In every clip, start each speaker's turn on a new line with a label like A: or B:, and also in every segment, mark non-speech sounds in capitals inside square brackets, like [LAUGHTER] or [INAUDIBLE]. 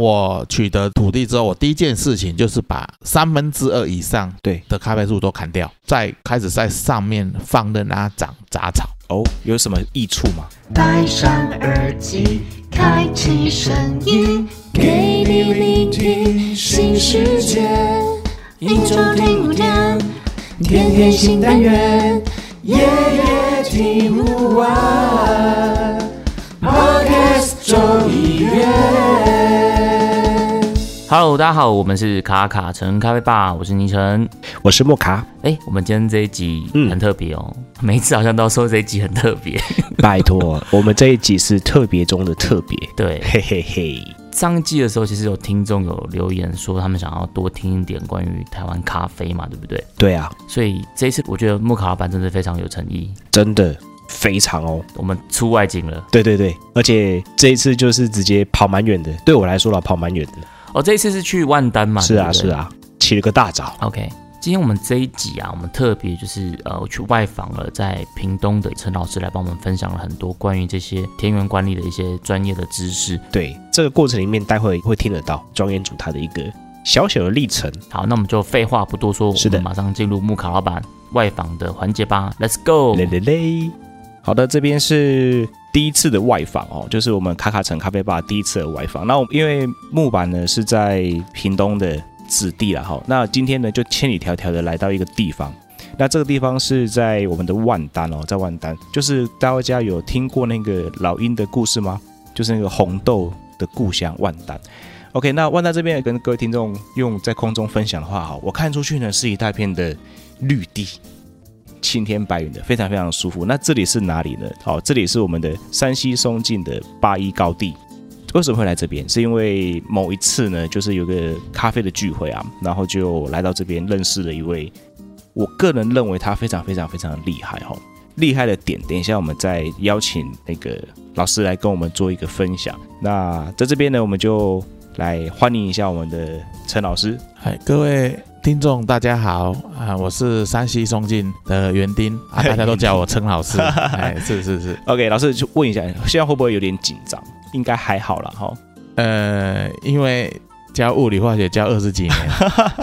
A: 我取得土地之后，我第一件事情就是把三分之二以上
B: 对
A: 的咖啡树都砍掉，再开始在上面放任它长杂草。
B: 哦，有什么益处吗？
C: 戴上耳机，开启声音，给你聆听新世界。一周听五天，天天新单元，夜夜听不完。Podcast 周一月。
D: Hello，大家好，我们是卡卡城咖啡吧，我是倪晨。
B: 我是莫卡，
D: 哎，我们今天这一集
B: 嗯
D: 很特别哦，每一次好像都说这一集很特别。 [LAUGHS]
B: 拜 [LAUGHS] 托，我们这一集是特别中的特别，
D: 对，
B: 嘿嘿嘿，
D: 上一季的时候，其实有听众有留言说他们想要多听一点关于台湾咖啡嘛，对不对？
B: 对啊，
D: 所以这一次我觉得木卡老板真的非常有诚意，
B: 真的非常哦，
D: 我们出外景了。
B: 对对对，而且这一次就是直接跑蛮远的，对我来说啦，跑蛮远的，
D: 哦，这一次是去万丹嘛？
B: 是啊
D: 对不
B: 是
D: 对。
B: 啊，起了个大早，
D: OK，今天我们这一集啊，我们特别就是呃，我去外访了在屏东的陈老师来帮我们分享了很多关于这些田园管理的一些专业的知识。
B: 对，这个过程里面待会会听得到庄园主他的一个小小的历程，
D: 好，那我们就废话不多说，我
B: 是的
D: 们马上进入木卡老板外访的环节吧。Let's go！
B: 嘞嘞嘞。
E: 好的，这边是第一次的外访哦，就是我们卡卡城咖啡吧第一次的外访。那我因为木板呢是在屏东的子弟啦，哈，那今天呢就千里迢迢的来到一个地方。那这个地方是在我们的万丹哦，在万丹，就是大家有听过那个老鹰的故事吗？就是那个红豆的故乡万丹。OK，那万丹这边也跟各位听众用在空中分享的话，哈，我看出去呢是一大片的绿地，青天白云的，非常非常舒服。那这里是哪里呢？哦，这里是我们的山西松进的八一高地。为什么会来这边？是因为某一次呢，就是有个咖啡的聚会啊，然后就来到这边认识了一位，我个人认为他非常非常非常厉害哦。厉害的点，等一下我们再邀请那个老师来跟我们做一个分享。那在这边呢，我们就来欢迎一下我们的陈老师。
A: 嗨，哎各位听众大家好啊，我是山西松进的园丁啊，大家都叫我陈老
E: [LAUGHS]
A: 师。哎，是是是，
E: OK，老师就问一下，现在会不会有点紧张？应该还好啦，哈、
A: 呃，因为教物理化学教二十几
E: [LAUGHS]
A: 年，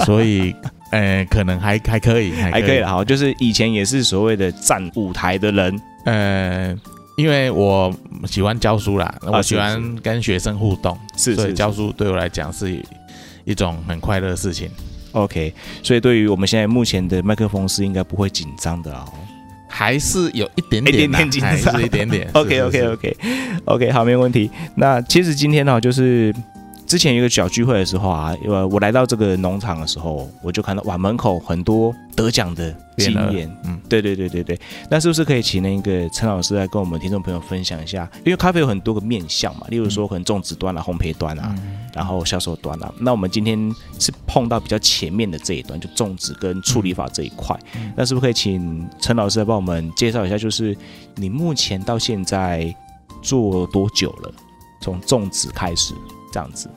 A: 所以呃，可能还还可以，还
E: 还可
A: 可
E: 以了，。好，就是以前也是所谓的站舞台的人，
A: 呃，因为我喜欢教书啦，我喜
E: 啊是
A: 欢跟学生互动，
E: 是
A: 所
E: 是
A: 以教书对我来讲是一种很快乐的事情。
E: OK，所以对于我们现在目前的麦克风是应该不会紧张的啦、哦。
A: 还是有一点
E: 一
A: 点
E: 点
A: 啦
E: 哎点紧张
A: 还是一点
E: [LAUGHS]
A: 点。
E: OK
A: 是
E: OK
A: 是
E: OK OK，好，没问题。那其实今天呢、就是之前有一个小聚会的时候啊，呃，我来到这个农场的时候，我就看到哇，门口很多得奖的
A: 是
E: 经
A: 变了
E: 验。
A: 嗯，
E: 对对对对对，那是不是可以请那个陈老师来跟我们听众朋友分享一下？因为咖啡有很多个面向嘛，例如说可能种植端啊、烘焙端啊，然后销售端啊。那我们今天是碰到比较前面的这一端，就种植跟处理法这一块。那是不是可以请陈老师来帮我们介绍一下？就是你目前到现在做多久了？从种植开始这样子，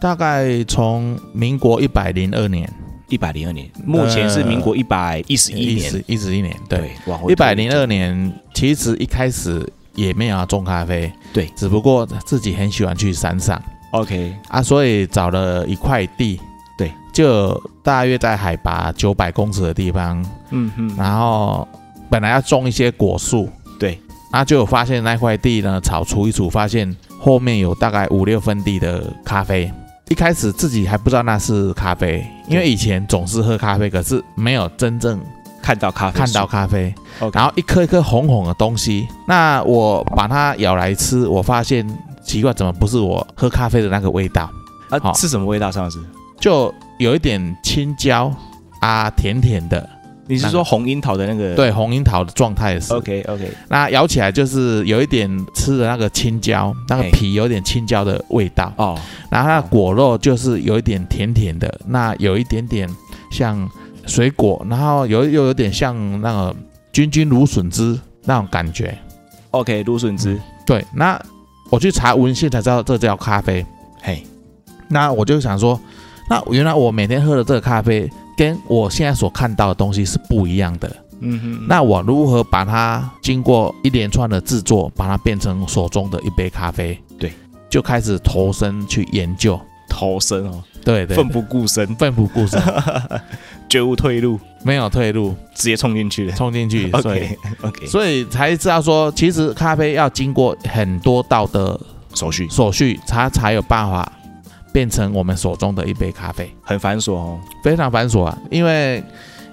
A: 大概从民国一百零二年，
E: 一百零二年，目前是民国一百一十呃一年，
A: 十一十一年，对，，
E: 往后
A: 一百零二年，其实一开始也没有要种咖啡，
E: 对
A: 只不过自己很喜欢去山上
E: ，OK，
A: 啊，所以找了一块地，
E: 对，
A: 就大约在海拔九百公尺的地方，
E: 嗯嗯，
A: 然后本来要种一些果树，
E: 对，
A: 啊，就有发现那块地呢，草除一除，发现后面有大概五六分地的咖啡。一开始自己还不知道那是咖啡，因为以前总是喝咖啡，可是没有真正
E: 看到咖啡树，
A: 看到咖啡。
E: OK
A: 然后一颗一颗红红的东西，那我把它咬来吃，我发现奇怪，怎么不是我喝咖啡的那个味道？好
E: 啊，是什么味道？上次
A: 就有一点青椒啊，甜甜的，
E: 你是说红樱桃的那个？
A: 对，红樱桃的状态是。
E: ，OK OK，
A: 那咬起来就是有一点吃的那个青椒，那个
E: 嘿
A: 皮有点青椒的味道，
E: 哦，
A: 然后它的果肉就是有一点甜甜的，那有一点点像水果，然后有又有点像那个君君芦笋汁那种感觉。
E: OK，芦笋汁，
A: 对，那我去查文献才知道这叫咖啡。
E: 嘿，
A: 那我就想说，那原来我每天喝的这个咖啡，跟我现在所看到的东西是不一样的。
E: 嗯哼，
A: 那我如何把它经过一连串的制作，把它变成手中的一杯咖啡？
E: 对，
A: 就开始投身去研究。
E: 投身哦，
A: 对对，
E: 奋不顾身，
A: 奋不顾
E: [LAUGHS]
A: 身，
E: 绝无退路，
A: 没有退路，
E: 直接冲进去了。
A: 冲进去，所以
E: OK [LAUGHS] OK，
A: 所以才知道说，其实咖啡要经过很多道的
E: 手续
A: 手续，它才有办法变成我们手中的一杯咖啡，
E: 很繁琐哦，
A: 非常繁琐啊，因为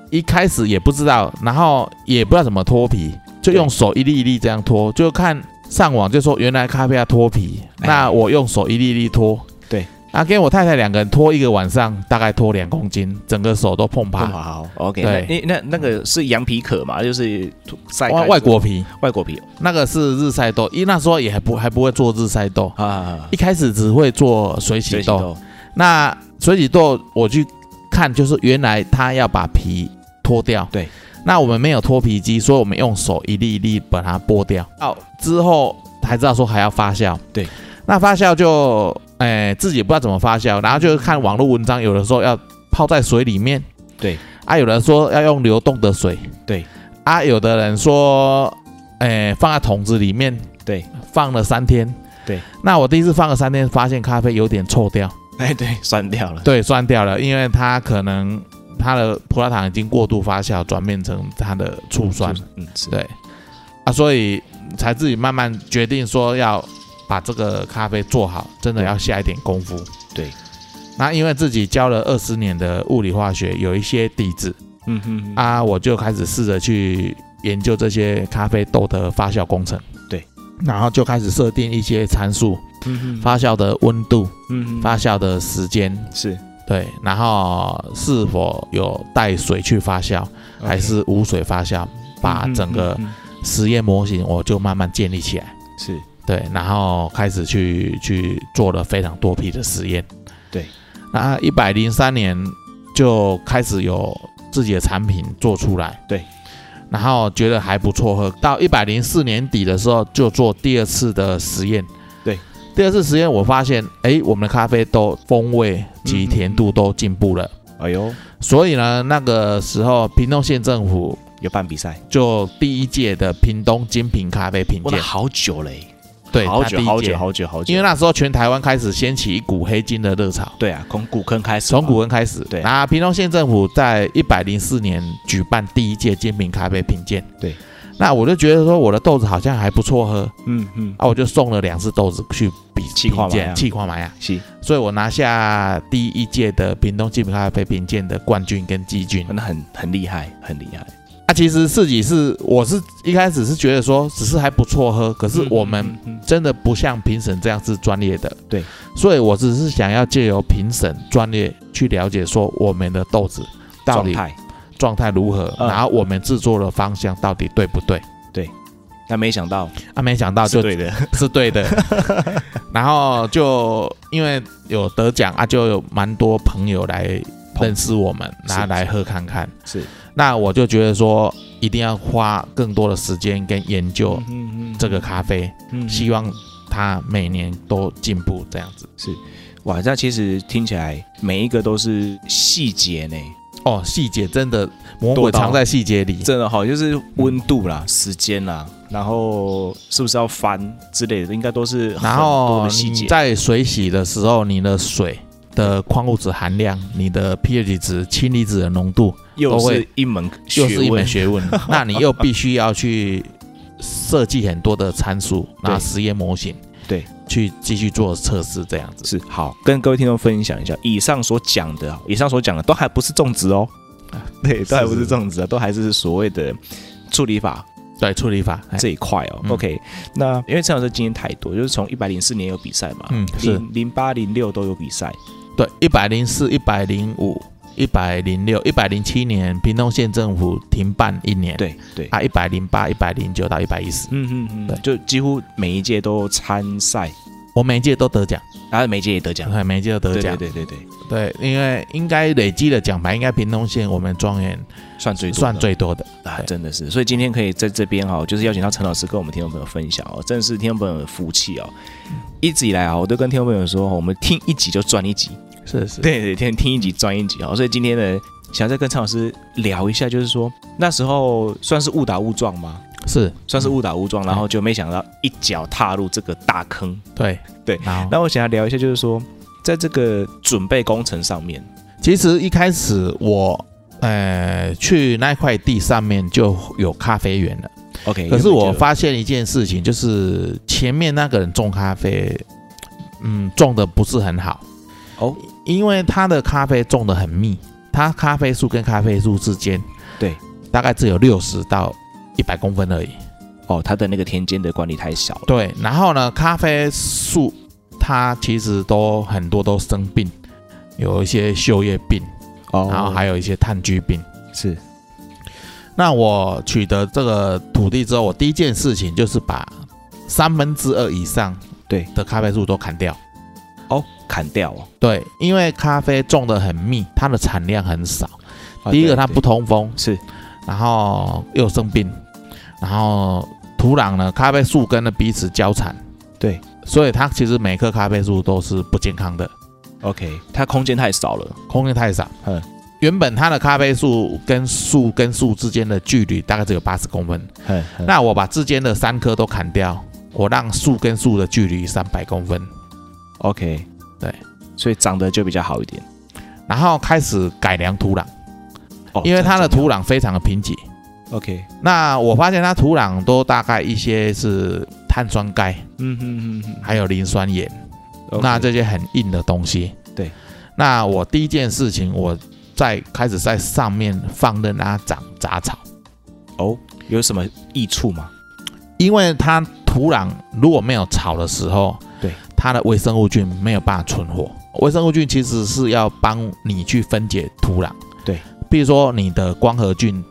A: 一开始也不知道，然后也不知道怎么脱皮，就用手一粒一粒这样脱，就看上网就说原来咖啡要脱皮，
E: 哎
A: 那我用手一粒一粒脱，
E: 对。
A: 啊，跟我太太两个人脱一个晚上，大概脱两公斤，整个手都碰
E: 不
A: 趴。
E: 好。OK，
A: 对
E: 那那那那个是羊皮壳嘛，就是晒
A: 外
E: 干
A: 外国皮，
E: 外国皮
A: 那个是日晒豆，因为那时候也还不还不会做日晒豆，
E: 啊啊，啊
A: 一开始只会做水洗
E: 水洗
A: 豆。
E: 豆
A: 那水洗豆我去看，就是原来它要把皮脱掉。
E: 对，
A: 那我们没有脱皮机，所以我们用手一粒一粒把它剥掉。哦，之后才知道说还要发酵。
E: 对，
A: 那发酵就哎、自己也不知道怎么发酵，然后就看网络文章，有的时候要泡在水里面。
E: 对，
A: 啊，有人说要用流动的水。
E: 对，
A: 啊，有的人说，哎、放在桶子里面。
E: 对，
A: 放了三天。
E: 对，
A: 那我第一次放了三天，发现咖啡有点臭掉。
E: [LAUGHS] 哎对，酸掉了。
A: 对，酸掉了，因为它可能它的葡萄糖已经过度发酵，转变成它的醋酸，
E: 嗯是
A: 对啊，所以才自己慢慢决定说要把这个咖啡做好，真的要下一点功夫。
E: 对，
A: 那因为自己教了二十年的物理化学，有一些底子
E: 嗯嗯啊
A: 啊，我就开始试着去研究这些咖啡豆的发酵工程。
E: 对，
A: 然后就开始设定一些参数，
E: 嗯
A: 发酵的温度、
E: 嗯
A: 发酵的时间、
E: 是
A: 对，然后是否有带水去发酵，还是无水发酵？把整个
E: 嗯嗯嗯
A: 实验模型我就慢慢建立起来。
E: 嗯是
A: 对，然后开始去去做了非常多批的实验。
E: 对，
A: 那一百零三年就开始有自己的产品做出来。
E: 对，
A: 然后觉得还不错喝，到一百零四年底的时候就做第二次的实验。
E: 对，
A: 第二次实验我发现，哎，我们的咖啡豆风味及甜度都进步了。
E: 哎呦
A: 所以呢，那个时候屏东县政府
E: 有办比赛，
A: 就第一届的屏东精品咖啡评
E: 哇
A: 鉴
E: 那，好久嘞，
A: 对，
E: 好
A: 它
E: 久
A: 第一
E: 好
A: 届
E: 久好久好久，
A: 因为那时候全台湾开始掀起一股黑金的热潮，
E: 对啊，从古坑开始嘛，
A: 从古文开始。
E: 哦对
A: 那屏东县政府在一百零四年举办第一届精品咖啡评鉴。
E: 对，
A: 那我就觉得说我的豆子好像还不错喝，
E: 嗯嗯
A: 啊，我就送了两只豆子去比
E: 气化
A: 评鉴
E: 玛雅
A: 气矿玛雅，
E: 是
A: 所以我拿下第一届的屏东精品咖啡评鉴的冠军跟季军。
E: 那很很厉害很厉害，
A: 那、其实自己是我是一开始是觉得说只是还不错喝，可是我们
E: 嗯嗯嗯
A: 真的不像评审这样是专业的，
E: 对，
A: 所以我只是想要借由评审专业去了解说我们的豆子到
E: 状
A: 底
E: 态，
A: 状态如何，
E: 嗯
A: 然后我们制作的方向到底对不对。
E: 但没想到
A: 啊，没想到
E: 是
A: 就
E: 对的，
A: [LAUGHS] 是对的，
E: [LAUGHS]
A: 然后就因为有得奖啊，就有蛮多朋友来认识我们，
E: 是
A: 然后来喝看看。
E: 是
A: 那我就觉得说，一定要花更多的时间跟研究
E: 嗯
A: 这个咖啡，
E: 嗯
A: 希望它每年都进步这样子。
E: 哇，那其实听起来每一个都是细节呢，
A: 哦，细节真的魔鬼
E: 多到
A: 藏在细节里。
E: 真的好，就是温度啦、时间啦，然后是不是要翻之类的，应该都是很
A: 然
E: 多
A: 后
E: 的细
A: 你
E: 节。
A: 在水洗的时候，你的水的矿物质含量、你的 pH 值、氢离子的浓
E: [LAUGHS]
A: 度，
E: 又
A: 都会
E: 是一门学
A: 又
E: 问，
A: 是一门学 [LAUGHS] 问。那你又必须要去设计很多的参数，
E: 对
A: 然后实验模型，
E: 对，
A: 去继续做测试这样子。
E: 是好，跟各位听众分享一下，以上所讲的，以上所讲的都还不是种
A: [LAUGHS]
E: 植哦，对，都还不是种植啊，都还是所谓的处理法
A: 对，处理法。哎
E: 这一块哦。
A: 嗯
E: OK，那因为陈老师经验太多，就是从一百零四年有比赛嘛，
A: 嗯是
E: 零零八零六都有比赛，
A: 对，一百零四、一百零五、一百零六、一百零七年，屏东县政府停办一年。
E: 对对，
A: 啊，一百零八、一百零九到一百一十，
E: 嗯嗯嗯，
A: 对
E: 就几乎每一届都参赛，
A: 我每一届都得奖，
E: 然后每一届也得奖，
A: 对，每一届都得
E: 对
A: 奖
E: 对。对对对，
A: 对，因为应该累积的奖牌，应该屏东县我们庄园
E: 算最多的
A: 算最多的。
E: 啊，
A: 对
E: 真的是，所以今天可以在这边哈、哦，就是邀请到陈老师跟我们听众朋友分享哦，真的是听众朋友的福气哦。一直以来啊、我都跟听众朋友说、哦，我们听一集就赚一集，
A: 是是，
E: 对对，听听一集赚一集哦。所以今天呢，想再跟陈老师聊一下，就是说那时候算是误打误撞吗？
A: 是，
E: 算是误打误撞，然后就没想到一脚踏入这个大坑。
A: 嗯对
E: 对
A: 然后
E: 那我想要聊一下，就是说在这个准备工程上面，
A: 其实一开始我呃去那块地上面就有咖啡园了，
E: OK，
A: 可是我
E: 发
A: 发现一件事情，就是前面那个人种咖啡，嗯，种的不是很好
E: 哦，
A: 因为他的咖啡种的很密，他咖啡树跟咖啡树之间，
E: 对，
A: 大概只有六十到一百公分而已。
E: 哦，他的那个田间的管理太小了，
A: 对，然后呢，咖啡树它其实都很多都生病，有一些锈叶病，
E: 哦
A: 然后还有一些炭疽病。
E: 是
A: 那我取得这个土地之后，我第一件事情就是把三分之二以上
E: 对
A: 的咖啡树都砍掉。
E: 哦，砍掉哦，
A: 对，因为咖啡种的很密，它的产量很少。
E: 啊
A: 第一个
E: 对
A: 它
E: 对
A: 不通风，
E: 是
A: 然后又生病，然后土壤呢，咖啡树根的彼此交缠。
E: 对，
A: 所以它其实每棵咖啡树都是不健康的，
E: OK，它空间太少了，
A: 空间太少。
E: 嗯，
A: 原本它的咖啡树跟树跟树之间的距离大概只有八十公分，
E: 嗯嗯
A: 那我把之间的三棵都砍掉，我让树跟树的距离三百公分，
E: OK，
A: 对，
E: 所以长得就比较好一点
A: 然后开始改良土壤，
E: 哦，
A: 因为它的
E: 这样
A: 土壤非常的贫瘠。
E: 重要 OK，
A: 那我发现它土壤都大概一些是碳酸钙，
E: 嗯嗯嗯嗯
A: 还有磷酸盐，
E: ，OK，
A: 那这些很硬的东西。
E: 对，
A: 那我第一件事情，我在开始在上面放任它长杂草，
E: 哦有什么益处吗？
A: 因为它土壤如果没有草的时候，
E: 对
A: 它的微生物菌没有办法存活。微生物菌其实是要帮你去分解土壤，
E: 对，
A: 比如说你的光合菌，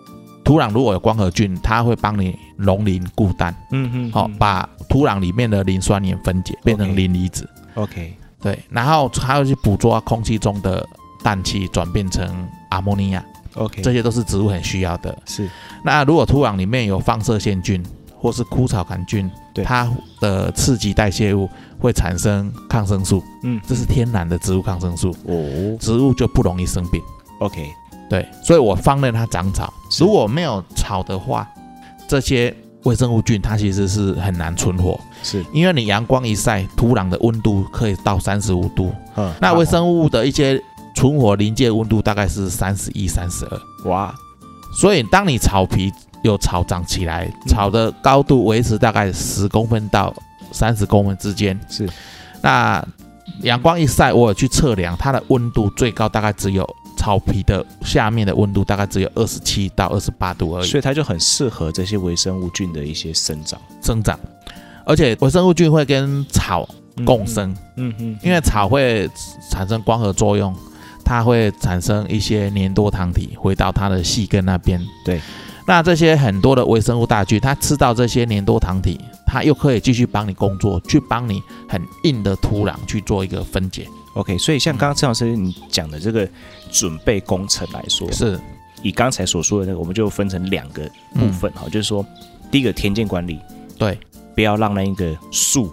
A: 土壤如果有光合菌，它会帮你溶磷固氮，
E: 嗯嗯
A: 好、哦把土壤里面的磷酸盐分解变成
E: OK
A: 磷离子，
E: ，OK，
A: 对，然后它会去捕捉空气中的氮气，转变成阿莫尼亚，
E: OK，
A: 这些都是植物很需要的。
E: 是
A: 那如果土壤里面有放射线菌或是枯草杆菌，
E: 对
A: 它的刺激代谢物会产生抗生素，
E: 嗯，
A: 这是天然的植物抗生素，
E: 哦
A: 植物就不容易生病。
E: ，OK，
A: 对，所以我放任它长草。
E: 是
A: 如果没有草的话，这些微生物菌它其实是很难存活，
E: 是
A: 因为你阳光一晒，土壤的温度可以到三十五度，
E: 嗯，
A: 那微
E: 物
A: 生物的一些存活临界温度大概是三十一、三十二。
E: 哇，
A: 所以当你草皮有草长起来，草的高度维持大概十公分到三十公分之间。
E: 是，
A: 那阳光一晒，我有去测量它的温度，最高大概只有草皮的下面的温度大概只有二十七到二十八度而已
E: 所以它就很适合这些微生物菌的一些生长
A: 生长，而且微生物菌会跟草共，生，
E: 嗯嗯，
A: 因为草会产生光合作用，它会产生一些粘多糖体回到它的细根那边。
E: 对，
A: 那这些很多的微生物大菌，它吃到这些粘多糖体，它又可以继续帮你工作，去帮你很硬的土壤去做一个分解。
E: OK，所以像刚刚陈老师你讲的这个准备工程来说，
A: 是嗯
E: 以刚才所说的那个，我们就分成两个部分哈、就是说，第一个田间管理，
A: 对，
E: 不要让那一个树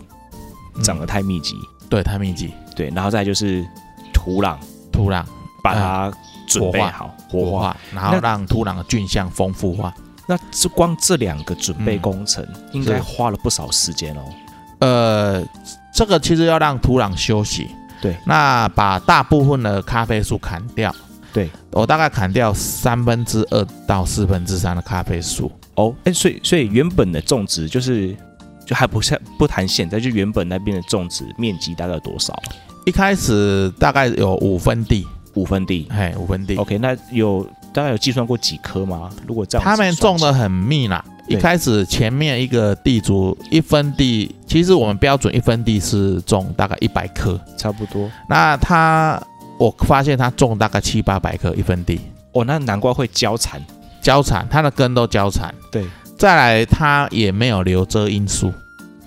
E: 长得
A: 嗯
E: 太密集，
A: 对太密集，
E: 对，然后再来就是土壤，
A: 土壤
E: 把它准备好，活
A: 活化，然后
E: 那
A: 让土壤的菌相丰富化。
E: 那这光这两个准备
A: 嗯
E: 工程，应该
A: 是
E: 花了不少时间哦。
A: 呃，这个其实要让土壤休息。
E: 对，
A: 那把大部分的咖啡树砍掉。
E: 对，
A: 我大概砍掉三分之二到四分之三的咖啡树。
E: 哦，哎，所以所以原本的种植就是。就还不是不谈现在，就原本那边的种植面积大概有多少？
A: 一开始大概有五分地，
E: 五分地。
A: 嘿，五分地。
E: OK，那有大概有计算过几棵吗？如果这样子
A: 他们
E: 算
A: 种
E: 起来，
A: 的很密啦。一
E: 对
A: 开始前面一个地主一分地，其实我们标准一分地是种大概一百棵，
E: 差不多。
A: 那他我发现他种大概七八百棵一分地，
E: 哦，那难怪会交缠。
A: 交缠，它的根都交缠。
E: 对，
A: 再来它也没有留遮阴树，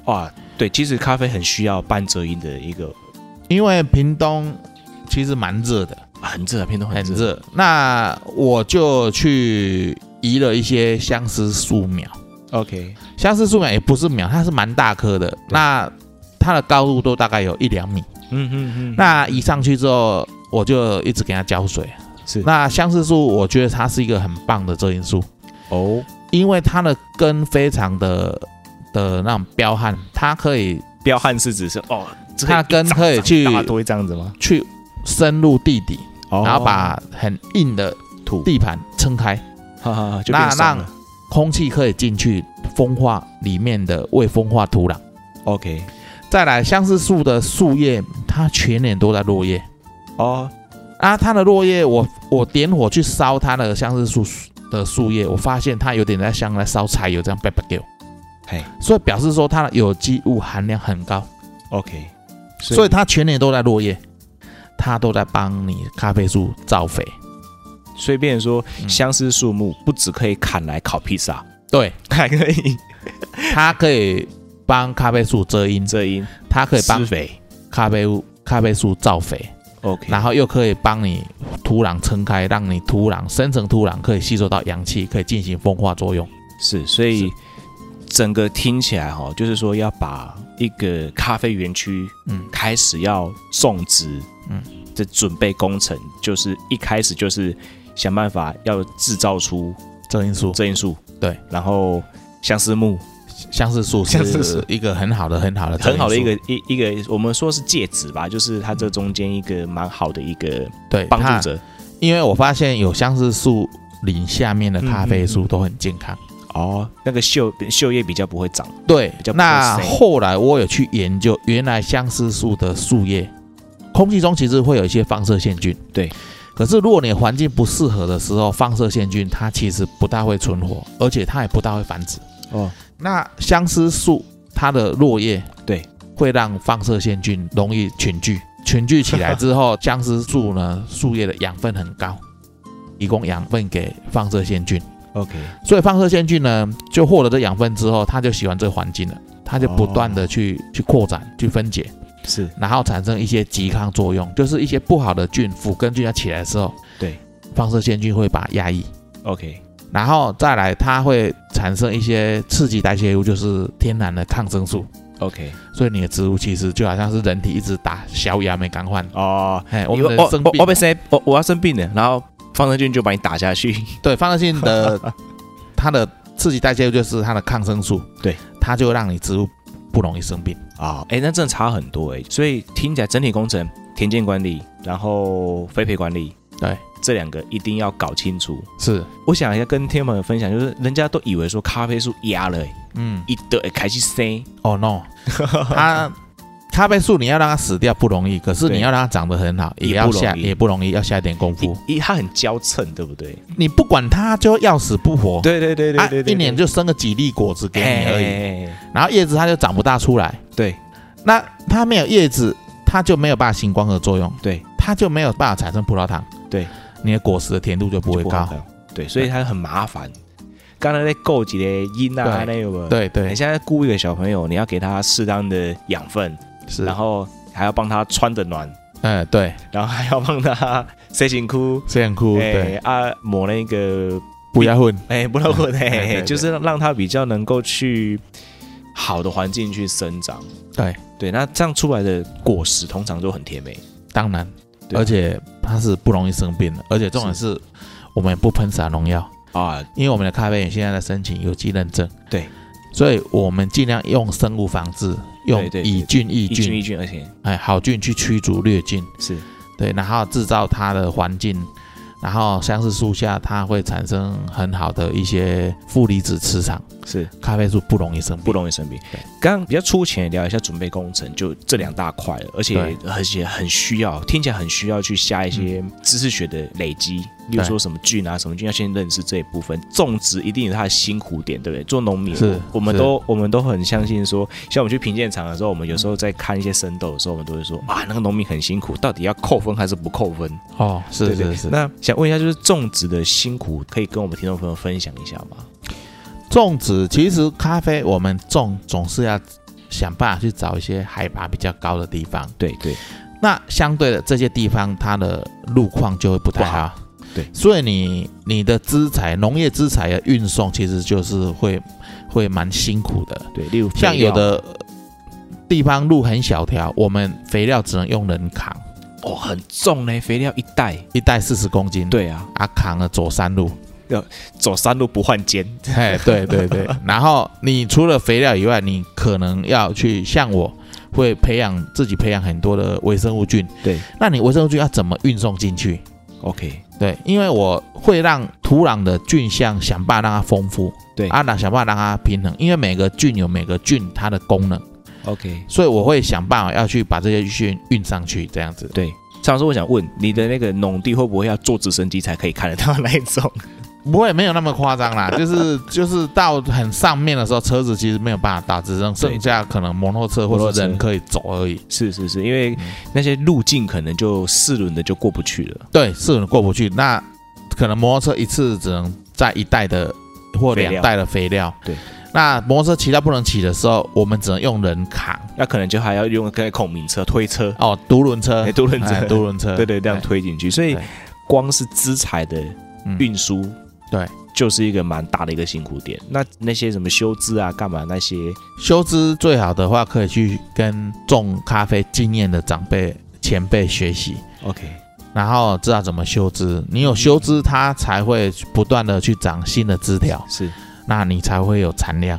E: 哇，对，其实咖啡很需要半遮阴的一个
A: 因为屏东其实蛮热的，
E: 啊很热啊，片都
A: 很
E: 很热。
A: 热。那我就去移了一些相思树苗，
E: OK，
A: 相思树苗也不是苗，它是蛮大棵的，那它的高度都大概有一两米。
E: 嗯嗯嗯
A: 那移上去之后，我就一直给它浇水。
E: 是
A: 那相思树，我觉得它是一个很棒的遮阴树，
E: 哦，
A: 因为它的根非常的的那种彪悍，它可以
E: 彪悍是指是哦，只
A: 他跟可以去
E: 大堆这样子吗？
A: 去深入地底，
E: 哦
A: 然后把很硬的
E: [LAUGHS] 土
A: 地盘撑开，
E: 哈哈哈就
A: 那
E: 变松
A: 让
E: 了。
A: 空气可以进去风化里面的未风化土壤。
E: OK，
A: 再来，相似树的树叶，它全年都在落叶
E: 哦，
A: 啊。它的落叶，我我点火去烧它的相似树的树叶，我发现它有点在像在烧柴油这样，叭叭给我。
E: 嘿
A: 所以表示说它的有机物含量很高，
E: ，OK，所
A: 所以它全年都在落叶，它都在帮你咖啡树造肥。
E: 所以变成说，
A: 嗯
E: 相思树木不只可以砍来烤披萨，
A: 对，
E: 还可以
A: 它可以帮咖啡树遮阴，
E: 遮阴、
A: 它可以
E: 施
A: 帮
E: 肥。
A: 咖啡屋咖啡树造肥，
E: OK，
A: 然后又可以帮你土壤撑开，让你土壤深层土壤可以吸收到阳气，可以进行风化作用。
E: 是，所以整个听起来哈、就是说要把一个咖啡园区
A: 嗯，
E: 开始要种植，嗯
A: 嗯，
E: 这准备工程就是一开始就是想办法要制造出
A: 遮阴树
E: 遮阴树，
A: 对，
E: 然后相思木，
A: 相似树
E: 相似树
A: 是一个很好的很好的遮
E: 很
A: 阴
E: 好的一
A: 树
E: 个一一个，我们说是介质吧，就是它这中间一个蛮好的一个
A: 对
E: 帮
A: 它
E: 助者
A: 因为我发现有相似树林下面的咖啡
E: 嗯嗯
A: 树都很健康。
E: 哦，那个锈锈叶比较不会长，
A: 对
E: 比较，不会
A: 那
E: 塞
A: 后来我有去研究，原来相思树的树叶，空气中其实会有一些放射线菌。
E: 对，
A: 可是如果你的环境不适合的时候，放射线菌它其实不大会存活，而且它也不大会繁殖。
E: 哦，
A: 那相思树它的落叶，
E: 对，
A: 会让放射线菌容易群聚，群聚起来之后，相思树呢树叶的养分很高，提供养分给放射线菌。
E: OK，
A: 所以放射线菌呢，就获得这养分之后，它就喜欢这个环境了，它就不断
E: 哦
A: 的去、去扩展、去分解，
E: 是
A: 然后产生一些拮抗作用，就是一些不好的菌、腐根菌要起来的时候，
E: 对，
A: 放射线菌会把它压抑，
E: OK，
A: 然后再来它会产生一些刺激代谢物，就是天然的抗生素。
E: OK，
A: 所以你的植物其实就好像是人体一直打小亚没干换，
E: 哦，
A: 哎，我
E: 因为
A: 们的生病
E: 我我被谁？我我要生病了，然后放射菌就把你打下去。
A: 对，放射性
E: [LAUGHS]
A: 的它的刺激代谢物就是它的抗生素，
E: 对，
A: 它就让你植物不容易生病。
E: 啊，哎，那真的差很多哎、所以听起来整体工程、田间管理，然后栽培管理，
A: 对，
E: 这两个一定要搞清楚。
A: 是，
E: 我想要跟天友们分享，就是人家都以为说咖啡树压了、欸，
A: 嗯，
E: 一得开始生，
A: 哦 [LAUGHS] no，它咖啡树你要让它死掉不容易，可是
E: 对
A: 你要让它长得很好，也
E: 也
A: 要
E: 不容
A: 下
E: 易
A: 也不容易，要下一点功夫。
E: 一它很娇嗔，对不对？
A: 你不管它，就要死不活。
E: 对对对
A: 啊，一年就生个几粒果子给你而已，
E: 已。
A: 然后叶子它就长不大出来。
E: 对
A: 那它没有叶子，它就没有办法行光合作用，
E: 对，
A: 它就没有办法产生葡萄糖，
E: 对，
A: 你的果实的甜度就不会
E: 就
A: 高
E: 好。看。对，所以它很麻烦。刚才在够几个音啊，那
A: 对
E: 有没有？
A: 对对
E: 你，现在雇一个小朋友，你要给他适当的养分，
A: 是，
E: 然后还要帮他穿的暖，
A: 嗯，对，
E: 然后还要
A: [LAUGHS]
E: 帮他塞紧裤，
A: 这很酷，
E: 哎
A: 对，
E: 啊抹那个
A: 不要混，
E: 哎不露骨
A: [LAUGHS]
E: 的，
A: 对对
E: 哎
A: 对
E: 就是让他比较能够去好的环境去生长。
A: 对
E: 对，那这样出来的果实通常都很甜美，
A: 当然，
E: 对啊
A: 而且它是不容易生病的，而且重点是，我们也不喷洒农药，
E: 啊，
A: 因为我们的咖啡园现在在申请有机认证，
E: 对，
A: 所以我们尽量用生物防治，用
E: 对对
A: 以菌抑
E: 一菌一
A: 菌，
E: 菌，而且
A: 哎，好菌去驱逐劣菌，
E: 是
A: 对，然后制造它的环境。然后相似树下，它会产生很好的一些负离子磁场，
E: 是
A: 咖啡树不容易生
E: 不
A: 病。
E: 容易生病
A: 对。
E: 刚刚比较粗浅地聊一下准备工程，就这两大块了，而且而且很需要，听起来很需要去下一些
A: 嗯
E: 知识学的累积，例如说什么菌啊，什么菌要先认识这一部分。种植一定有它的辛苦点，对不对？做农民
A: 是
E: 我们
A: 是
E: 都我们都很相信说，像我们去评鉴厂的时候，我们有时候在看一些生豆的时候，我们都会说
A: 嗯
E: 啊，那个农民很辛苦，到底要扣分还是不扣分？
A: 哦，是
E: 对对
A: 是是。
E: 那想问一下，就是种植的辛苦，可以跟我们听众朋友分享一下吗？
A: 种植其实咖啡我们种总是要想办法去找一些海拔比较高的地方，
E: 对对，
A: 那相对的这些地方它的路况就会不太好。
E: 对
A: 所以你你的资材农业资材的运送其实就是会会蛮辛苦的，
E: 对，例如
A: 像
E: 肥料
A: 有的地方路很小条，我们肥料只能用人扛，
E: 哦很重呢，肥料一袋。
A: 一袋四十公斤，，
E: 对啊，
A: 啊扛了走山路，
E: 走山路不换肩，
A: [LAUGHS] 哎，对对对，然后你除了肥料以外，你可能要去像我会培养自己培养很多的微生物菌。
E: 对
A: 那你微生物菌要怎么运送进去？
E: ，OK，
A: 对，因为我会让土壤的菌相想办法让它丰富，
E: 对
A: 啊，让想办法让它平衡，因为每个菌有每个菌它的功能，
E: ，OK，
A: 所以我会想办法要去把这些菌运上去，这样子。
E: 对。上次我想问你的那个农地会不会要坐直升机才可以看得到那一种？
A: 不会没有那么夸张啦， [LAUGHS] 就是就是到很上面的时候，车子其实没有办法打，只剩
E: 对
A: 剩下可能摩托车或
E: 摩托
A: 者
E: 车
A: 人可以走而已。
E: [LAUGHS] 是是是，因为那些路径可能就四轮的就过不去了，
A: 对，是过不去。那可能摩托车一次只能载一袋的或
E: 肥料
A: 两袋的肥料。
E: 对，
A: 那摩托车骑到不能骑的时候，我们只能用人扛
E: 那可能就还要用个孔明车推车，
A: 哦，独轮车
E: 哎，，独轮
A: 哎
E: 车，哎
A: 独轮车，
E: [LAUGHS] 对对，这样推进去，所以
A: 对
E: 光是资材的
A: 嗯
E: 运输，
A: 对，
E: 就是一个蛮大的一个辛苦点。那那些什么修枝啊、干嘛那些，
A: 修枝最好的话，可以去跟种咖啡经验的长辈前辈学习。
E: OK，
A: 然后知道怎么修枝，你有修枝，它才会不断的去长新的枝条，
E: 是
A: 那你才会有产量。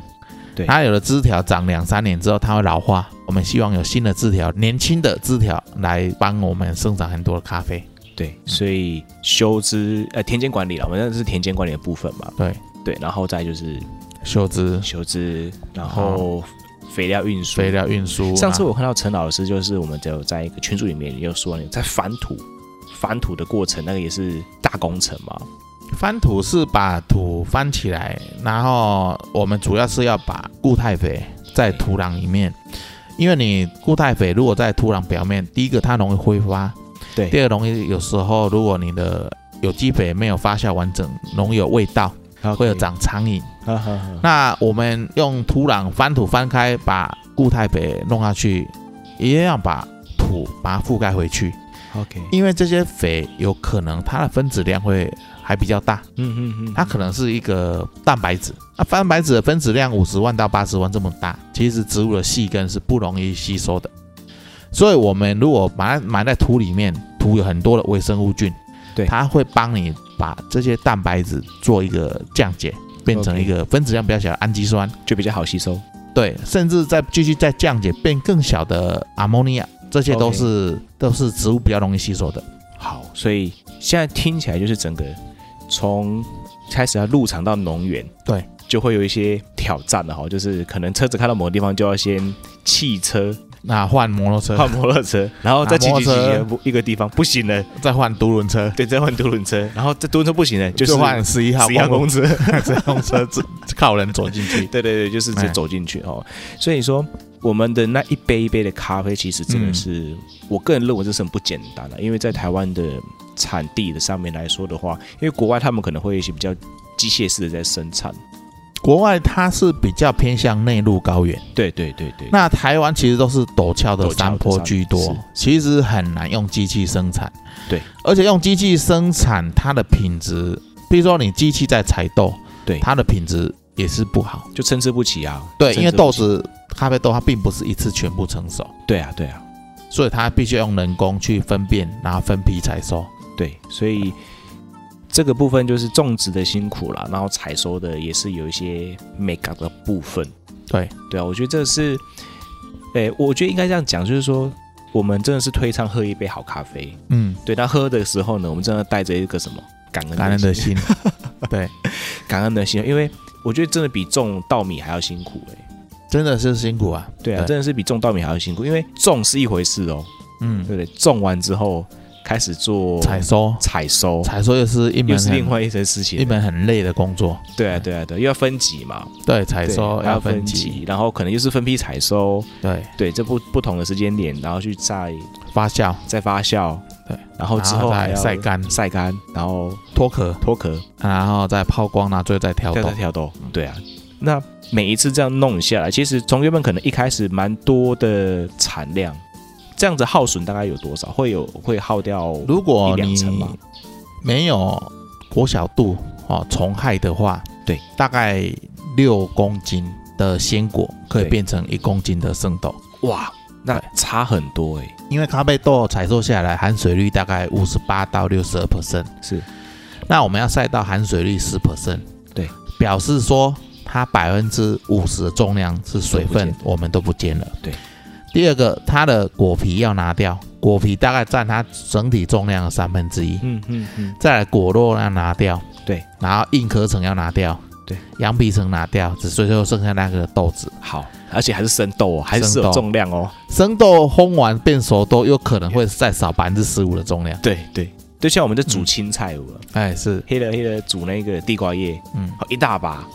E: 对
A: 它有的枝条长两三年之后，它会老化。我们希望有新的枝条，年轻的枝条来帮我们生长很多的咖啡。
E: 对，
A: 嗯
E: 所以修枝呃田间管理了，我们那是田间管理的部分嘛，
A: 对
E: 对，然后再就是
A: 修枝、
E: 修枝，然后肥料运输
A: 肥。料啊运输。
E: 上次
A: 然后
E: 我看到陈老师，就是我们只有在一个群组里面有说，你在翻土，翻土的过程那个也是大工程嘛，
A: 翻土是把土翻起来，然后我们主要是要把固态肥在土壤里面，因为你固态肥如果在土壤表面，第一个它容易挥发，
E: 对
A: 第二个容易有时候如果你的有机肥没有发酵完整，容易有味道，会有长苍蝇。
E: 哈哈哈，
A: 那我们用土壤翻土翻开，把固态肥弄下去，也要把土把它覆盖回去，
E: 那 OK，
A: 因为这些肥有可能它的分子量会还比较大。
E: 嗯嗯嗯，
A: 它可能是一个蛋白质。那蛋白质的分子量五十万到八十万这么大，其实植物的细根是不容易吸收的。所以，我们如果把它埋在土里面，土有很多的微生物菌，
E: 对
A: 它会帮你把这些蛋白质做一个降解，变成
E: OK
A: 一个分子量比较小的氨基酸。
E: 就比较好吸收。
A: 对，甚至再继续再降解，变更小的阿莫尼亚，这些都
E: OK
A: 是都是植物比较容易吸收的。
E: 好，所以现在听起来就是整个从开始要入场到农园，
A: 对，
E: 就会有一些挑战了哈，就是可能车子开到某个地方就要先汽车
A: 那换摩托车，
E: 换摩托车，然后再骑骑骑骑一个地方不行了，
A: 再换独轮车，
E: 对，再换独轮车，然后这独轮车不行了，
A: 就是换十一号
E: 十一号
A: 公路
E: 公车，
A: 直接用 [LAUGHS] 车子靠人走进去。
E: 对对对，就是直接
A: 哎
E: 走进去哦。所以说，我们的那一杯一杯的咖啡，其实真
A: 嗯
E: 的是、我个人认为这是很不简单的、因为在台湾的产地的上面来说的话，因为国外他们可能会有一些比较机械式的在生产。
A: 国外它是比较偏向内陆高原，
E: 对对对对，
A: 那台湾其实都是陡峭的
E: 陡峭的
A: 山坡居
E: 山
A: 多
E: 是，
A: 其实很难用机器生产。
E: 对，
A: 而且用机器生产，它的品质，比如说你机器在采豆，
E: 对
A: 它的品质也是不好。
E: 就参差不齐啊。
A: 对，
E: 参
A: 因为
E: 差不
A: 豆
E: 齐，
A: 子咖啡豆它并不是一次全部成熟，
E: 对啊对啊
A: 所以它必须用人工去分辨，然后分批采收。
E: 对，所以。这个部分就是种植的辛苦啦，然后采收的也是有一些 make up 的部分。
A: 对，
E: 对啊，我觉得这是，诶，我觉得应该这样讲，就是说，我们真的是推倡喝一杯好咖啡。
A: 嗯，
E: 对，那喝的时候呢，我们真的带着一个什么感恩
A: 感恩的
E: 的
A: 心，对，
E: 感恩的心，因为我觉得真的比种稻米还要辛苦诶。
A: [LAUGHS] 真的是辛苦啊。
E: 对啊，真的是比种稻米还要辛苦，因为种是一回事哦，
A: 嗯
E: 对，不对？种完之后开始做
A: 采收，
E: 采收，
A: 采嗯收又是一门
E: 又是
A: 很
E: 另外一件事情。
A: 一门很累的工作。
E: 对啊，对啊，对啊，又要分级嘛，
A: 对，采
E: 对
A: 收
E: 还要
A: 要
E: 分
A: 分级，，
E: 然后可能又是分批采收，
A: 对，
E: 对，这不不同的时间点，然后去再
A: 发酵，
E: 再发酵，
A: 对，
E: 然后之
A: 然后
E: 还
A: 再
E: 要
A: 晒干、
E: 晒干，然后
A: 脱壳，
E: 脱壳，
A: 然后再抛光，然后最后再挑
E: 跳
A: 豆
E: 跳。跳豆，对啊。那每一次这样弄下来，其实从原本可能一开始蛮多的产量，这样子耗损大概有多少？会有会耗掉
A: 如
E: 一
A: 果
E: 两
A: 你
E: 层嘛？
A: 没有果小度哦虫害的话，
E: 对，
A: 大概六公斤的鲜果可以
E: 对
A: 变成一公斤的生豆。
E: 哇，那差很多哎、
A: 因为咖啡豆采收下来含水率大概五十八到六十二 percent，
E: 是
A: 那我们要晒到含水率十 percent，
E: 对，
A: 表示说它百分之五十的重量是水
E: 都不见
A: 分，我们都不见了。
E: 对，
A: 第二个，它的果皮要拿掉，果皮大概占它整体重量的三分之一。
E: 嗯嗯嗯，
A: 再来果肉要拿掉，
E: 对，
A: 然后硬壳层要拿掉，
E: 对，
A: 羊皮层拿掉，只最后剩下那个豆子。
E: 好，而且还是生豆哦，还是
A: 生
E: 有
A: 豆
E: 重量哦。
A: 生豆烘完变熟豆，有可能会再少百分之十五的重量。
E: 对对，就像我们在
A: 嗯
E: 煮青菜有没有，
A: 哎，是，
E: 黑了黑了煮那个地瓜叶，
A: 嗯，
E: 好一大把，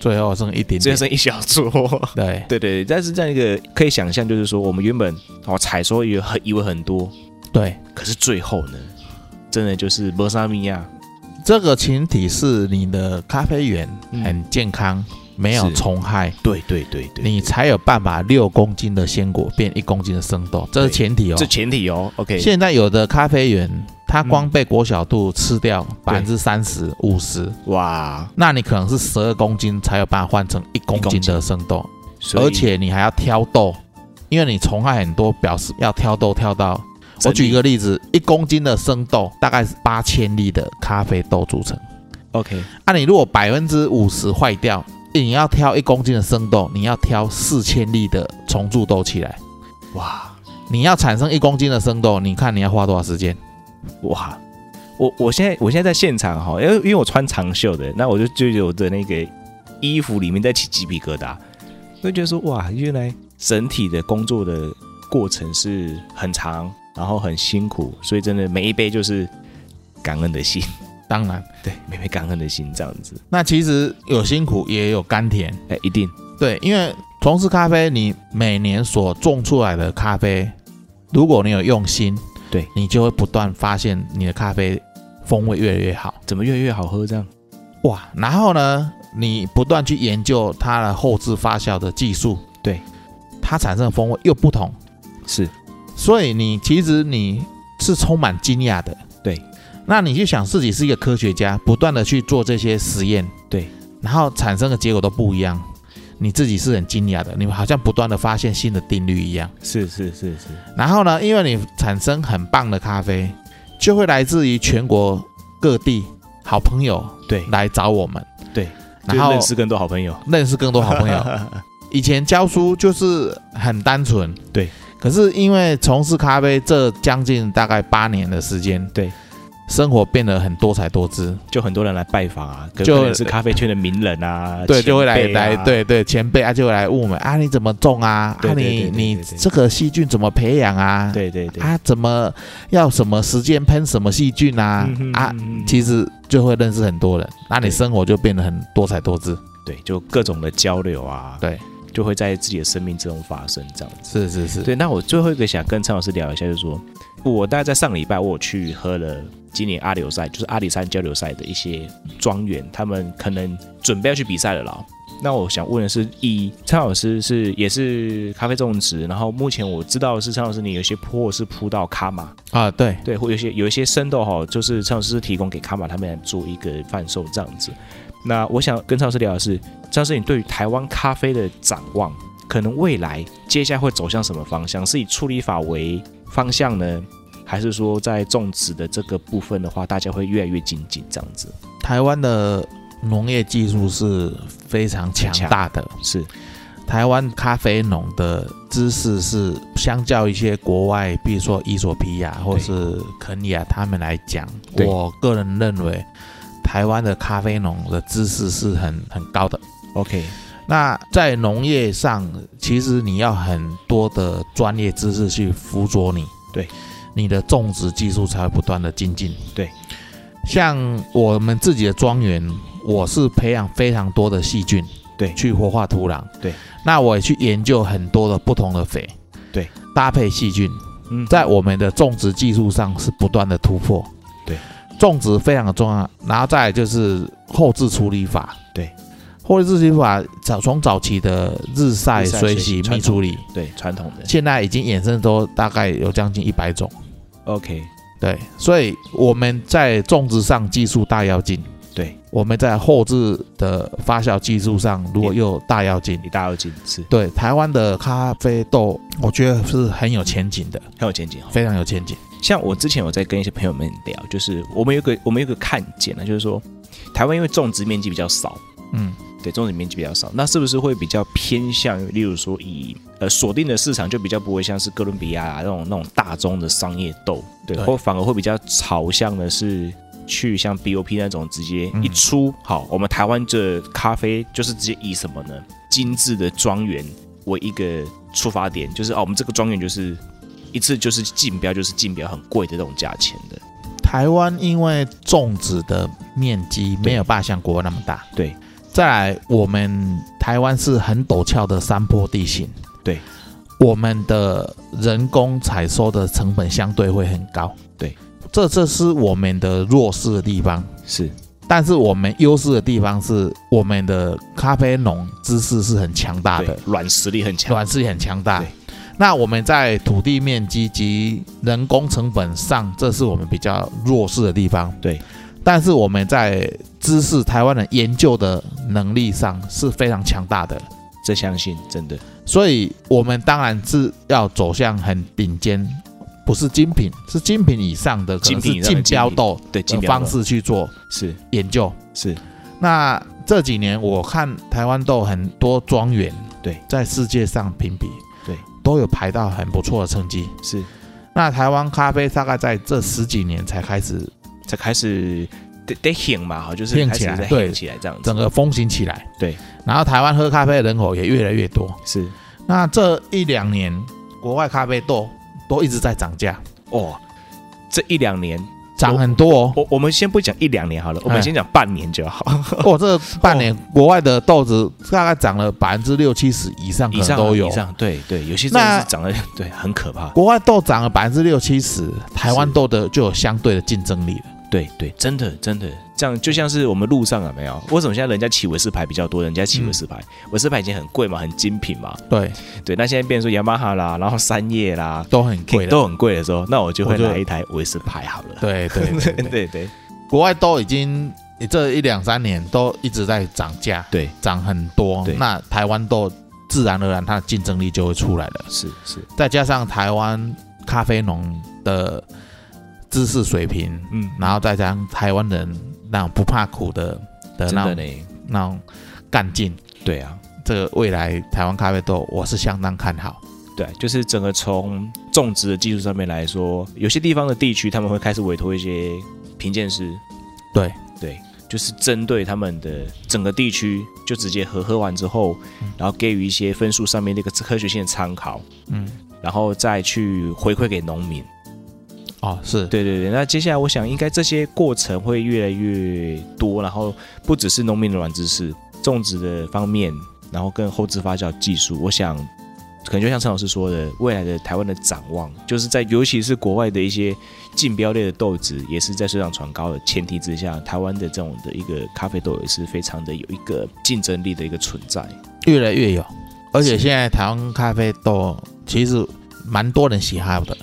A: 最后剩一点
E: 只有
A: 点。
E: 剩一小撮。 [LAUGHS]
A: 对，
E: 对对，对但是这样一个可以想象，就是说我们原本哦采收也很以为很多，
A: 对，
E: 可是最后呢，真的就是摩萨米亚，
A: 这个前提是你的咖啡园很健康，没有
E: 嗯是
A: 虫害，
E: 对对对对，
A: 你才有办法六公斤的鲜果变一公斤的生豆，这是
E: 对
A: 前提哦
E: 这。前提哦，OK，
A: 现在有的咖啡园，它光被果小度吃掉百
E: 对
A: 分之三十五十，
E: 哇，
A: 那你可能是十二公斤才有办法换成一公
E: 公
A: 斤
E: 斤
A: 的生豆，
E: 所以
A: 而且你还要挑豆，因为你虫害很多，表示要挑豆挑到。我举一个例子，一公斤的生豆大概是八千粒的咖啡豆组成。
E: OK，
A: 啊，你如果百分之五十坏掉，你要挑一公斤的生豆，你要挑四千粒的重铸豆起来。
E: 哇
A: 你要产生一公斤的生豆，你看你要花多少时间？
E: 哇。我我现在我现在在现场哈，因为因为我穿长袖的，那我就就有的那个衣服里面在起鸡皮疙瘩，就觉得说哇，原来整体的工作的过程是很长，然后很辛苦，所以真的每一杯就是感恩
A: [LAUGHS]
E: 的心，
A: 当然，
E: 对，每一杯感恩的心这样子，
A: 那其实有辛苦也有甘甜，
E: 哎、一定
A: 对，因为从事咖啡，你每年所种出来的咖啡，如果你有用心，
E: 对
A: 你就会不断发现你的咖啡风味越来越好，
E: 怎么越来越好喝这样？
A: 哇！然后呢，你不断去研究它的后置发酵的技术，
E: 对，
A: 它产生的风味又不同，
E: 是
A: 所以你其实你是充满惊讶的，
E: 对。
A: 那你就想自己是一个科学家，不断的去做这些实验，
E: 对，
A: 然后产生的结果都不一样，你自己是很惊讶的，你好像不断的发现新的定律一样。
E: 是是是是，
A: 然后呢，因为你产生很棒的咖啡，就会来自于全国各地好朋友
E: 对，
A: 来找我们，
E: 对，
A: 然后
E: 就认识更多好朋友，
A: 认识更多好朋
E: [LAUGHS]
A: 友。以前教书就是很单纯，
E: 对。
A: 可是因为从事咖啡这将近大概八年的时间，
E: 对，
A: 生活变得很多彩多姿，
E: 就很多人来拜访啊，可
A: 就
E: 能是咖啡圈的名人啊，
A: 对，
E: 前辈
A: 就会来
E: 啊
A: 来，对对，前辈啊就会来问我们啊，你怎么种啊？
E: 对
A: 啊，
E: 对对
A: 你
E: 对对
A: 你
E: 对对
A: 这个细菌怎么培养啊？
E: 对对对，
A: 啊，怎么要什么时间喷什么细菌啊
E: 嗯？哼
A: 啊，，
E: 嗯
A: 其实就会认识很多人，那你
E: 对
A: 生活就变得很多彩多姿。
E: 对，就各种的交流啊，
A: 对，
E: 就会在自己的生命之中发生这样子。
A: 是是是，
E: 对，那我最后一个想跟陈老师聊一下，就是说我大概在上个礼拜我有去喝了今年阿留赛，就是阿里山交流赛的一些庄园，他们可能准备要去比赛了啦。那我想问的是，以陈老师是也是咖啡种植，然后目前我知道的是陈老师你有一些坡是铺到卡玛，
A: 啊，对，
E: 对，或有一些有一些生豆哈，就是陈老师是提供给卡玛他们来做一个贩售这样子。那我想跟陈老师聊的是，陈老师你对于台湾咖啡的展望，可能未来接下来会走向什么方向？是以处理法为方向呢，还是说在种植的这个部分的话，大家会越来越精进这样子？
A: 台湾的农业技术是非常强大的，
E: 是
A: 台湾咖啡农的知识是相较一些国外，比如说伊索比亚或是肯尼亚他们来讲，
E: 对
A: 我个人认为台湾的咖啡农的知识是很很高的。
E: OK，
A: 那在农业上，其实你要很多的专业知识去辅佐你，
E: 对，
A: 你的种植技术才会不断的精进。
E: 对，
A: 像我们自己的庄园，我是培养非常多的细菌，
E: 对
A: 去活化土壤，
E: 对。
A: 那我也去研究很多的不同的肥，
E: 对，
A: 搭配细菌，
E: 嗯，
A: 在我们的种植技术上是不断的突破。
E: 对，
A: 种植非常的重要，然后再来就是后置处理法。
E: 对，
A: 后置处理法早从早期的日晒、
E: 日晒
A: 水
E: 水洗
A: 洗、
E: 传
A: 密处理，
E: 对传统的
A: 现在已经衍生都大概有将近一百种。
E: OK，
A: 对，所以我们在种植上技术大要进。
E: 对，
A: 我们在后置的发酵技术上，如果又大要进。
E: 一大二进是
A: 对台湾的咖啡豆，我觉得是很有前景的，
E: 很有前景哦。
A: 非常有前景。
E: 像我之前有在跟一些朋友们聊，就是我们有个我们有个看见呢，啊就是说台湾因为种植面积比较少，
A: 嗯，
E: 对，种植面积比较少，那是不是会比较偏向于，例如说以呃锁定的市场就比较不会像是哥伦比亚啊那种那种大宗的商业豆，对，
A: 对
E: 或反而会比较朝向的是去像 BOP 那种直接一出、好，我们台湾这咖啡就是直接以什么呢？精致的庄园为一个出发点，就是哦，我们这个庄园就是一次就是竞标，就是竞标很贵的这种价钱的。
A: 台湾因为种植的面积没有办法像国外那么大，
E: 对。
A: 再来，我们台湾是很陡峭的山坡地形，
E: 对。
A: 我们的人工采收的成本相对会很高，
E: 对。
A: 这这是我们的弱势的地方，
E: 是
A: 但是我们优势的地方是我们的咖啡农知识是很强大
E: 啊对
A: 的，
E: 软实力很强，
A: 软是很强大
E: 对。
A: 那我们在土地面积及人工成本上，这是我们比较弱势的地方。
E: 对，
A: 但是我们在知识台湾人研究的能力上是非常强大的，
E: 这相信真的
A: 所以我们当然是要走向很顶尖，不是精品，是精品以上的，可能
E: 精品以
A: 是
E: 上
A: 竞
E: 的
A: 标斗
E: 对
A: 的
E: 竞标
A: 方
E: 的
A: 式去做
E: 是
A: 研究。
E: 是
A: 那这几年我看台湾豆很多庄园，
E: 对，
A: 在世界上评比，
E: 对，
A: 都有排到很不错的成绩。
E: 是
A: 那台湾咖啡大概在这十几年才开始
E: 才开始得得醒嘛，哈，就是
A: 兴
E: 开
A: 起
E: 始
A: 来
E: 在
A: 对
E: 兴起来这样子，
A: 整个风行起来，
E: 对。
A: 然后台湾喝咖啡的人口也越来越多。
E: 是
A: 那这一两年，国外咖啡豆都一直在涨价，
E: 哦，这一两年，
A: 涨很多哦。
E: 我我们先不讲一两年好了，我们
A: 哎
E: 先讲半年
A: [LAUGHS]
E: 就好，
A: 哦，这半年国外的豆子大概涨了百分之六七十以上，可
E: 以
A: 能
E: 上啊
A: 都有
E: 以。上对对，有些真
A: 那
E: 的是涨得对很可怕，
A: 国外豆涨了百分之六七十，台湾
E: 是
A: 豆的就有相对的竞争力了。
E: 对对，真的真的，这样就像是我们路上有啊没有？为什么现在人家骑维斯牌比较多？人家骑维斯牌，
A: 嗯
E: 维斯牌以前很贵嘛，很精品嘛，
A: 对，
E: 对，那现在变成说雅马哈啦，然后山叶啦，
A: 都很贵的。
E: 都很贵的时候，那我就会
A: 我就
E: 来一台维斯牌好了。
A: 对对对对
E: [LAUGHS] 对对
A: 国外都已经这一两三年都一直在涨价，
E: 对，
A: 涨很多
E: 对。
A: 那台湾豆自然而然它的竞争力就会出来了，
E: 是是，
A: 再加上台湾咖啡农的知识水平，
E: 嗯
A: 然后再加上台湾人那种不怕苦的的
E: 真
A: 那
E: 的
A: 种
E: 呢，
A: 那种干劲，
E: 呃对啊，
A: 这个未来台湾咖啡豆我是相当看好。
E: 对，啊就是整个从种植的技术上面来说，有些地方的地区他们会开始委托一些评鉴师，
A: 对
E: 对，就是针对他们的整个地区，就直接合喝完之后，然后给予一些分数上面的一个科学性的参考，
A: 嗯，
E: 然后再去回馈给农民。
A: 哦，是
E: 对对对，那接下来我想应该这些过程会越来越多，然后不只是农民的软知识，种植的方面，然后跟后置发酵技术，我想可能就像陈老师说的，未来的台湾的展望，就是在尤其是国外的一些竞标类的豆子，也是在水涨船高的前提之下，台湾的这种的一个咖啡豆也是非常的有一个竞争力的一个存在。
A: 越来越有，而且
E: 是
A: 现在台湾咖啡豆其实蛮多人喜好的，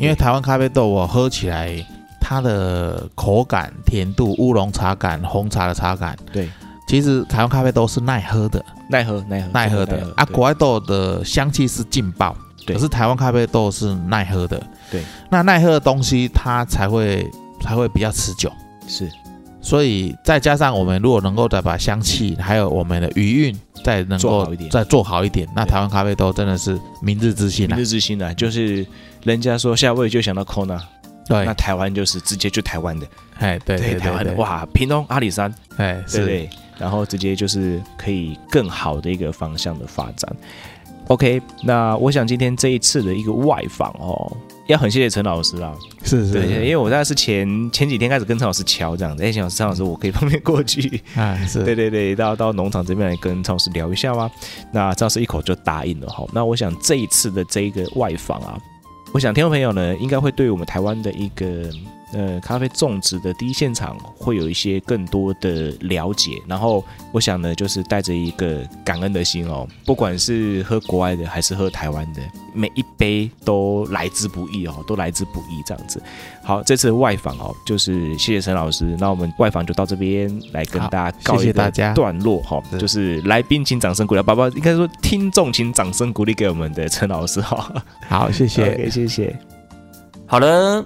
A: 因为台湾咖啡豆我喝起来，它的口感、甜度、乌龙茶感、红茶的茶感，
E: 对，
A: 其实台湾咖啡豆是耐喝的，
E: 奈何奈何
A: 耐喝
E: 奈
A: 的啊。
E: 对
A: 国外豆的香气是劲爆，
E: 对
A: 可是台湾咖啡豆是耐喝的，
E: 对，
A: 那耐喝的东西它才会才会比较持久。
E: 是
A: 所以再加上我们如果能够再把香气，还有我们的余韵再能
E: 做
A: 够
E: 好一点
A: 再做好一点，那台湾咖啡豆真的是明日之星
E: 明
A: 啊！
E: 日之星啊，就是人家说夏威夷就想到 Kona。那
A: 对，
E: 台湾就是直接就台湾的，
A: 哎，对对
E: 台
A: 对
E: 湾的
A: 对，，
E: 哇，屏东阿里山，
A: 哎，
E: 对不
A: 是，
E: 对？然后直接就是可以更好的一个方向的发展。OK，那我想今天这一次的一个外访哦，要很谢谢陈老师啦，
A: 是
E: 对，因
A: 是，
E: 为我大概是前前几天开始跟陈老师瞧这样子，哎，陈老师，陈老师，我可以 [LAUGHS] 方便过去，
A: 哎
E: 对 [LAUGHS]
A: 是，
E: 对对，到到农场这边来跟赵老师聊一下吗？那赵老师一口就答应了哈。那我想这一次的这一个外访啊，我想听众朋友呢，应该会对我们台湾的一个呃咖啡种植的第一现场会有一些更多的了解。然后我想呢，就是带着一个感恩的心哦，不管是喝国外的还是喝台湾的，每一杯都来之不易哦，都来之不易这样子。好，这次的外访哦，就是谢谢陈老师，那我们外访就到这边来跟
A: 好
E: 大家告
A: 谢
E: 一
A: 谢大
E: 个
A: 家
E: 段落哈、
A: 是
E: 就是来宾请掌声鼓励，宝宝应该说听众请掌声鼓励给我们的陈老师哈、
A: 好，谢
E: [LAUGHS] 谢
A: 谢，
E: 谢谢，
D: 好了，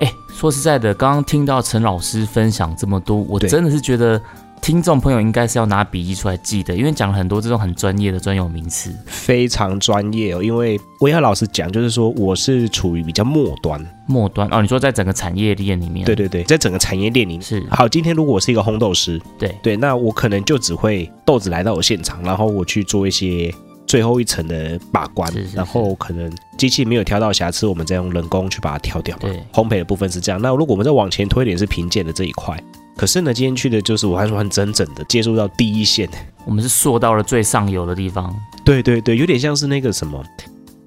D: 哎，说实在的，刚刚听到陈老师分享这么多，我
E: 对
D: 真的是觉得听众朋友应该是要拿笔记出来记的，因为讲了很多这种很专业的专有名词。
E: 非常专业哦。因为我要老实讲，就是说我是处于比较末端，
D: 末端哦，你说在整个产业链里面，
E: 对对啊对，在整个产业链里。
D: 是
E: 好，今天如果我是一个烘豆师，
D: 对
E: 对，那我可能就只会豆子来到我现场，然后我去做一些最后一层的把关，
D: 是是是
E: 然后可能机器没有挑到瑕疵，我们再用人工去把它挑掉嘛。
D: 对
E: 烘焙的部分是这样。那如果我们再往前推一点，是评鉴的这一块。可是呢，今天去的就是我还是很真正的接触到第一线， [LAUGHS]
D: 我们是溯到了最上游的地方，
E: 对对对，有点像是那个什么，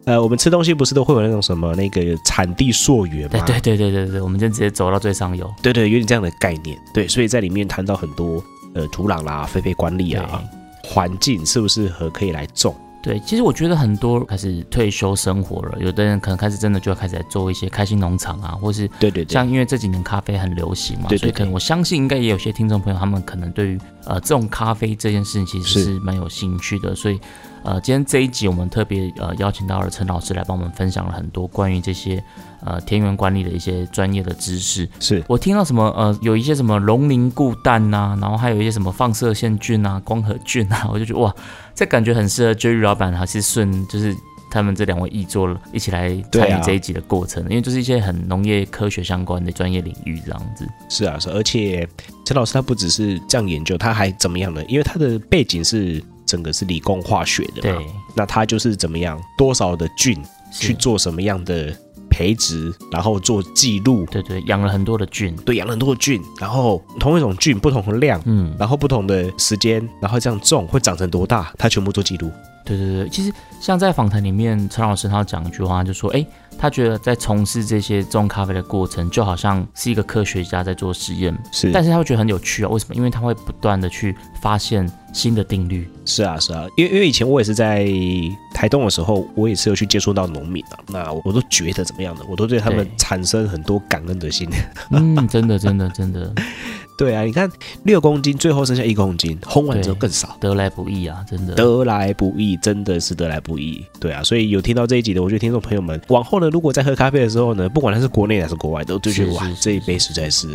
E: 呃，我们吃东西不是都会有那种什么那个产地溯源
D: 对
E: 吗？
D: 对对对对对，我们就直接走到最上游。
E: 对对有点这样的概念。对，所以在里面谈到很多呃土壤啦、肥肥管理啊、环境是不是合可以来种。
D: 对，其实我觉得很多开始退休生活了，有的人可能开始真的就要开始在做一些开心农场啊，或是
E: 对对对，
D: 像因为这几年咖啡很流行嘛，
E: 对对
D: 所以可能
E: 对
D: 我相信应该也有些听众朋友，他们可能对于呃这种咖啡这件事情其实
E: 是
D: 是蛮有兴趣的，所以呃今天这一集我们特别呃邀请到了陈老师来帮我们分享了很多关于这些呃田园管理的一些专业的知识。
E: 是
D: 我听到什么呃有一些什么龙鳞固氮呐、然后还有一些什么放射线菌啊、光合菌啊，我就觉得哇，这感觉很适合 Jerry 老板还是顺就是。他们这两位译作了一起来
E: 对
D: 参
E: 啊
D: 与这一集的过程，因为就是一些很农业科学相关的专业领域这样子。
E: 是啊是啊，而且陈老师他不只是这样研究，他还怎么样呢？因为他的背景是整个是理工化学的嘛，
D: 对，
E: 那他就是怎么样多少的菌啊
D: 是
E: 去，做什么样的培植，然后做记录，
D: 对对，养了很多的菌，
E: 对，养了很多的菌，然后同一种菌不同的量，
D: 嗯，
E: 然后不同的时间，然后这样种会长成多大，它全部做记录。
D: 对对对。其实像在访谈里面，陈老师他有讲一句话，就说，哎，他觉得在从事这些种咖啡的过程，就好像是一个科学家在做实验，
E: 是
D: 但是他会觉得很有趣啊、为什么？因为他会不断的去发现新的
E: [LAUGHS]
D: 定律，
E: 是啊，是啊，因为因为以前我也是在台东的时候，我也是有去接触到农民啊，那我都觉得怎么样的，我都对他们
D: 对
E: 产生很多感恩的心。 [LAUGHS]
D: 嗯，真的真的真的
E: 对啊，你看六公斤，最后剩下一公斤，烘完之后
D: 对
E: 更少。
D: 得来不易啊，真的。
E: 得来不易，真的是得来不易。对啊，所以有听到这一集的，我觉得听众朋友们，往后呢，如果在喝咖啡的时候呢，不管它是国内还是国外，都就觉得
D: 是是
E: 哇
D: 是，
E: 这一杯实在是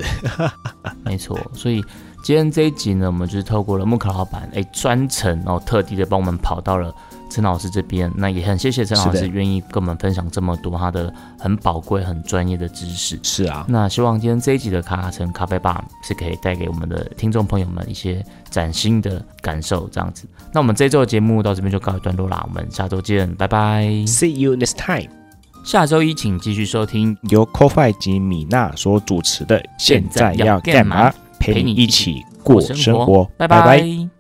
D: 没错，所以今天这一集呢，我们就是透过了木卡老板，哎，专程然后特地的帮我们跑到了陈老师这边，那也很谢谢陈老
E: 是的
D: 师愿意跟我们分享这么多他的很宝贵、很专业的知识。
E: 是啊，
D: 那希望今天这一集的卡卡城咖啡吧是可以带给我们的听众朋友们一些崭新的感受，这样子。那我们这一周的节目到这边就告一段落啦，我们下周见，拜拜。
E: See you next time。
D: 下周一请继续收听，
F: 由 CoFi 及米娜所主持的《现在要干嘛》，陪你一起过生活。
D: 拜
F: 拜
D: 拜